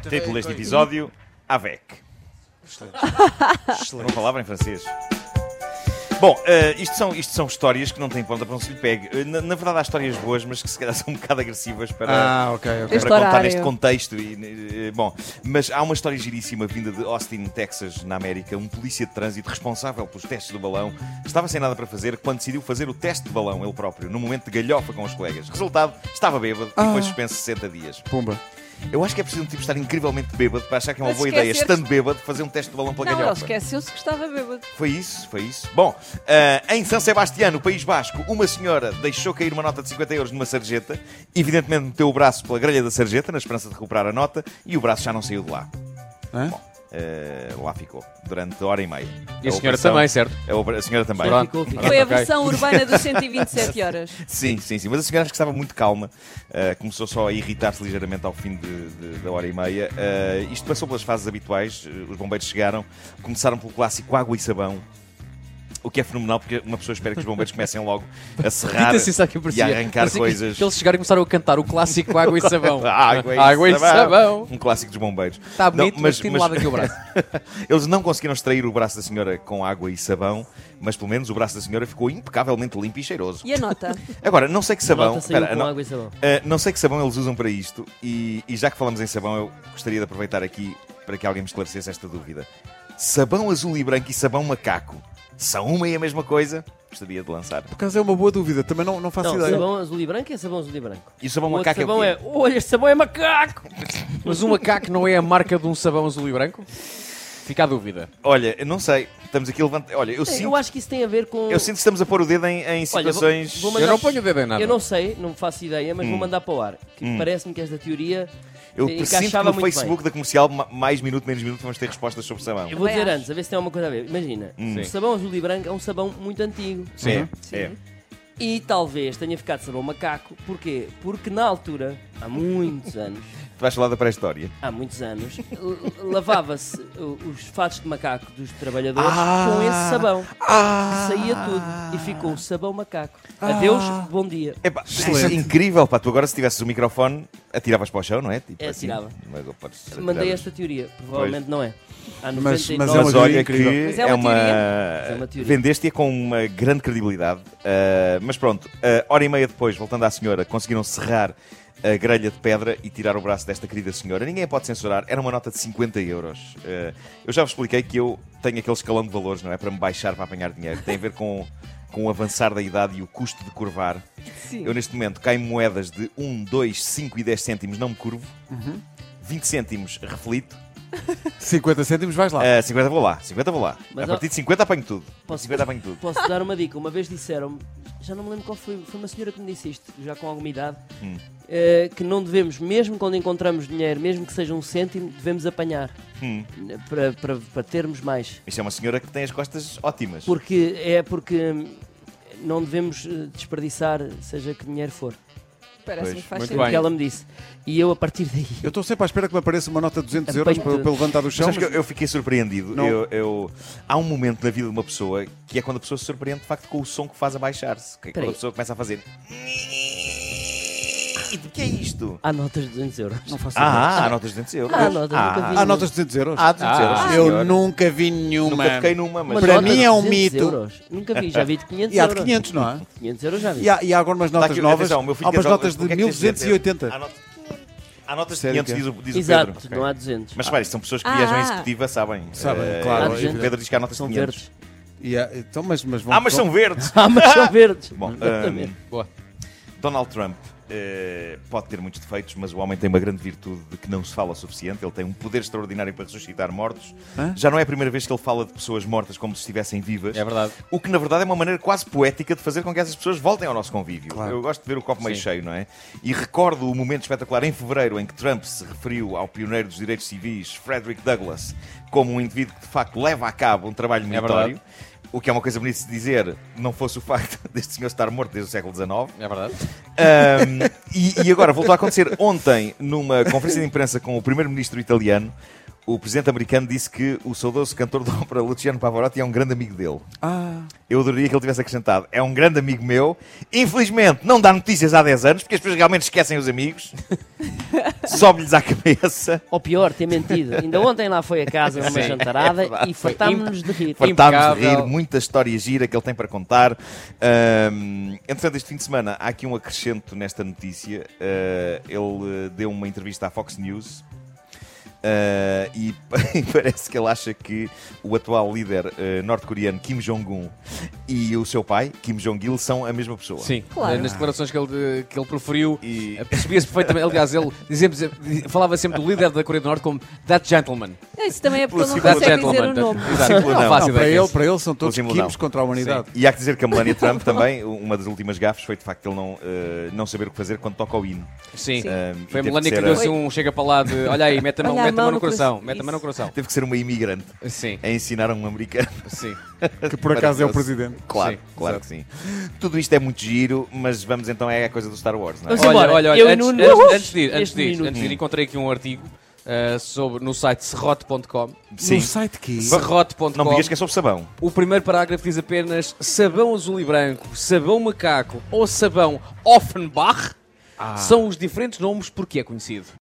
Título deste episódio: AVEC. Uma palavra em francês. Bom, eh, isto, são, isto são histórias que não têm ponta para onde se lhe pegue. Eh, na, na verdade, há histórias boas, mas que se calhar são um bocado agressivas para, Ah, ok, ok. para Este contar horário. neste contexto. E, eh, bom, mas há uma história giríssima vinda de Austin, Texas, na América. Um polícia de trânsito responsável pelos testes do balão estava sem nada para fazer quando decidiu fazer o teste de balão ele próprio, num momento de galhofa com os colegas. Resultado, estava bêbado e foi Ah. suspenso 60 dias. Pumba. Eu acho que é preciso um tipo estar incrivelmente bêbado para achar que é uma Mas boa ideia, esquecer- estando bêbado, fazer um teste de balão pela Não, ele galhofa. esqueceu-se que estava bêbado. Foi isso, foi isso. Bom, ah, em São Sebastião, no País Basco, uma senhora deixou cair uma nota de 50 euros numa sarjeta, evidentemente meteu o braço pela grelha da sarjeta, na esperança de recuperar a nota, e o braço já não saiu de lá. Hã? Bom, ah, lá ficou, durante hora e meia. E a senhora também, certo? A, opera- a senhora também. Pronto. Ficou, ficou. Foi a Ok. versão urbana dos 127 horas. Sim, sim, sim. Mas a senhora acho que estava muito calma. Uh, começou só a irritar-se ligeiramente ao fim de- de- da hora e meia. Uh, isto passou pelas fases habituais. Uh, Os bombeiros chegaram, começaram pelo clássico água e sabão. O que é fenomenal, porque uma pessoa espera que os bombeiros comecem logo a serrar Dita-se isso aqui e parecia. a arrancar Parecia que- coisas. que eles chegaram e começaram a cantar o clássico Água e Sabão. Água e, sabão. Um clássico dos bombeiros. Está Não, bonito, mas tem do lado aqui o braço. Eles não conseguiram extrair o braço da senhora com água e sabão, mas pelo menos o braço da senhora ficou impecavelmente limpo e cheiroso. E a nota? Agora, não sei que sabão. Nota saiu Espera, com não- água e sabão. Uh, não sei que sabão eles usam para isto, e, e já que falamos em sabão, eu gostaria de aproveitar aqui para que alguém me esclarecesse esta dúvida. Sabão azul e branco e sabão macaco são uma e a mesma coisa? Gostaria de lançar. Por acaso é uma boa dúvida, também não, não faço Não, ideia. sabão azul e branco é sabão azul e branco. E o sabão O outro macaco sabão é é, o quê? olha, este sabão é macaco! Mas um macaco não é a marca de um sabão azul e branco? Fica a dúvida. Olha, eu não sei. Estamos aqui levantando. Olha, eu sinto, É, Eu acho que isso tem a ver com... eu sinto que estamos a pôr o dedo em, em Olha, vou- situações. vou Eu mandar- não ponho o dedo em nada. Eu não sei, não faço ideia, mas vou mandar para o ar. Que Parece-me que esta teoria Hum. eh, Eu, encaixava sinto que no muito bem. Facebook da comercial, ma- mais minuto, menos minuto, vamos ter respostas sobre sabão. Eu vou Bem, dizer acho. antes, a ver se tem alguma coisa a ver. Imagina, Hum. Sim. o sabão azul e branco é um sabão muito antigo. Sim, Sim. é. E talvez tenha ficado sabão macaco. Porquê? Porque na altura, há muitos anos, Tu vais falar da pré-história. há muitos anos, l- lavava-se o- os fatos de macaco dos trabalhadores Ah. com esse sabão. Ah! Que saía tudo e ficou o sabão macaco. Adeus, bom dia. Epá, isto é incrível, pá. Tu agora, se tivesses o microfone, atiravas para o chão, não é? Tipo É, assim. atirava. Mas eu posso- Mandei atiravas. esta teoria, provavelmente não é. Há Mas- mas é 99 uma Mas teoria olha que incrível. Mas é uma teoria. é uma teoria. Vendeste-a com uma grande credibilidade. ah, mas pronto, ah, hora e meia depois, voltando à senhora, conseguiram serrar a grelha de pedra e tirar o braço desta querida senhora. Ninguém a pode censurar. Era uma nota de 50 euros. Ah, eu já vos expliquei que eu tenho aquele escalão de valores, não é? Para me baixar, para apanhar dinheiro. Tem a ver com... Com o avançar da idade e o custo de curvar, Sim. eu neste momento caio em moedas de 1, 2, 5 e 10 cêntimos, não me curvo. Uhum. 20 cêntimos, reflito. 50 cêntimos, vais lá. Ah, 50 vou lá, 50 vou lá. a Mas ó- partir de 50 apanho tudo. Posso- 50 apanho tudo. Posso dar uma dica? Uma vez disseram-me, já não me lembro qual foi, foi uma senhora que me disse isto, já com alguma idade, eh, que não devemos, mesmo quando encontramos dinheiro, mesmo que seja um cêntimo, devemos apanhar Hum. né, para, para, para termos mais. Isto é uma senhora que tem as costas ótimas. Porque é porque hum, não devemos eh, desperdiçar, seja que dinheiro for. Parece-me que faz muito Foi o sentido. que bem. ela me disse. E eu, a partir daí, Eu estou sempre à espera que me apareça uma nota de 200 euros Apanho para, tudo. para eu levantar do chão. Sabes que eu, eu fiquei surpreendido. Não. Eu, eu- Há um momento na vida de uma pessoa que é quando a pessoa se surpreende de facto com o som que faz a baixar-se. Que é quando Peraí. a pessoa começa a fazer. E de que é isto? há notas de 200 euros. Não faço Ah, há notas de 200 euros. Ah, notas, Ah, nunca vi. Há notas de 200 euros? Há 200 euros. Ah. sim, senhora. eu nunca vi nenhuma. Nunca toquei numa, mas. Uma Para nota mim de é um 200 mito. euros. Nunca vi, já vi de 500 E há de euros. 500, não é? 500 euros já vi. E há, e há agora umas Está notas Tá aqui, novas. atenção, o meu filho há umas tem notas de o que é que tens dizer? 1280. Há notas- Há notas de Sério 500, que é? diz o, diz o Exato, Pedro. não Ok. há 200. Mas espera, isto são pessoas que Ah. viajam em executiva, sabem. Sabem, Eh, claro, o evidente. Pedro diz que há notas de São 500. verdes. E há- então, mas, mas vão, Ah, mas são verdes! Ah, mas são verdes. Bom, eh, Exatamente. hum, Boa. Donald Trump eh, pode ter muitos defeitos, mas o homem tem uma grande virtude de que não se fala o suficiente. Ele tem um poder extraordinário para ressuscitar mortos. Hã? Já não é a primeira vez que ele fala de pessoas mortas como se estivessem vivas. É verdade. O que, na verdade, é uma maneira quase poética de fazer com que essas pessoas voltem ao nosso convívio. Eu gosto de ver o copo meio Sim. cheio, não é? E recordo o momento espetacular em fevereiro em que Trump se referiu ao pioneiro dos direitos civis, Frederick Douglass, como um indivíduo que, de facto, leva a cabo um trabalho meritório. o que é uma coisa bonita de se dizer, não fosse o facto deste senhor estar morto desde o século XIX. É verdade. Ahm, e, e agora voltou a acontecer ontem, numa conferência de imprensa com o primeiro-ministro italiano, O presidente americano disse que o saudoso cantor da ópera Luciano Pavarotti é um grande amigo dele. Ah, Eu adoraria que ele tivesse acrescentado. É um grande amigo meu. Infelizmente, não dá notícias há 10 anos, porque as pessoas realmente esquecem os amigos. Sobe-lhes à cabeça. Ou pior, ter mentido. Ainda ontem lá foi a casa numa Sim, jantarada é verdade. e fartámos-nos de rir. Fartámos de rir, Impecável. muita história gira que ele tem para contar. Ahm, entretanto, este fim de semana há aqui um acrescento nesta notícia. Ah, ele eh, deu uma entrevista à Fox News ah, e, e parece que ele acha que o atual líder eh, norte-coreano Kim Jong-un e o seu pai, Kim Jong-il, são a mesma pessoa. Sim, Claro. eh, nas declarações que ele, que ele proferiu, E- eh, percebia-se perfeitamente. Aliás, ele dizia- dizia- falava sempre do líder da Coreia do Norte como That Gentleman. Isso também é porque ele não Pelo That consegue dizer o Gentleman. nome. Exato. Não, Não faço não, para, é ideia. ele, para ele são todos Possível crimes não. contra a humanidade. E há que dizer que a Melania Trump também, uma das últimas gafes, foi de facto ele não, eh, não saber o que fazer quando toca o hino. Sim. Sim. Ah, e Foi teve a Melania ser que a- deu assim um chega para lá de olha aí, mete a mão, Olha a mete a mão mão no no coração, coração. mete a mão no coração. Teve que ser uma imigrante Sim, a ensinar a um americano. sim. Que por acaso é o Maravilhoso. presidente. Claro, Sim, claro que sim. Tudo isto é muito giro, mas vamos então é a coisa do Star Wars, não é? Vamos embora. Olha, olha, Eu e olha antes, Nuno, antes, uhul, antes de ir, antes este de ir, minuto. antes de ir, encontrei aqui um artigo ah, sobre, no site serrote.com. Sim. No site que... Não me Serrote.com. digas que é sobre sabão. O primeiro parágrafo diz apenas sabão azul e branco, sabão Ah. macaco ou sabão Offenbach são os diferentes nomes porque é conhecido.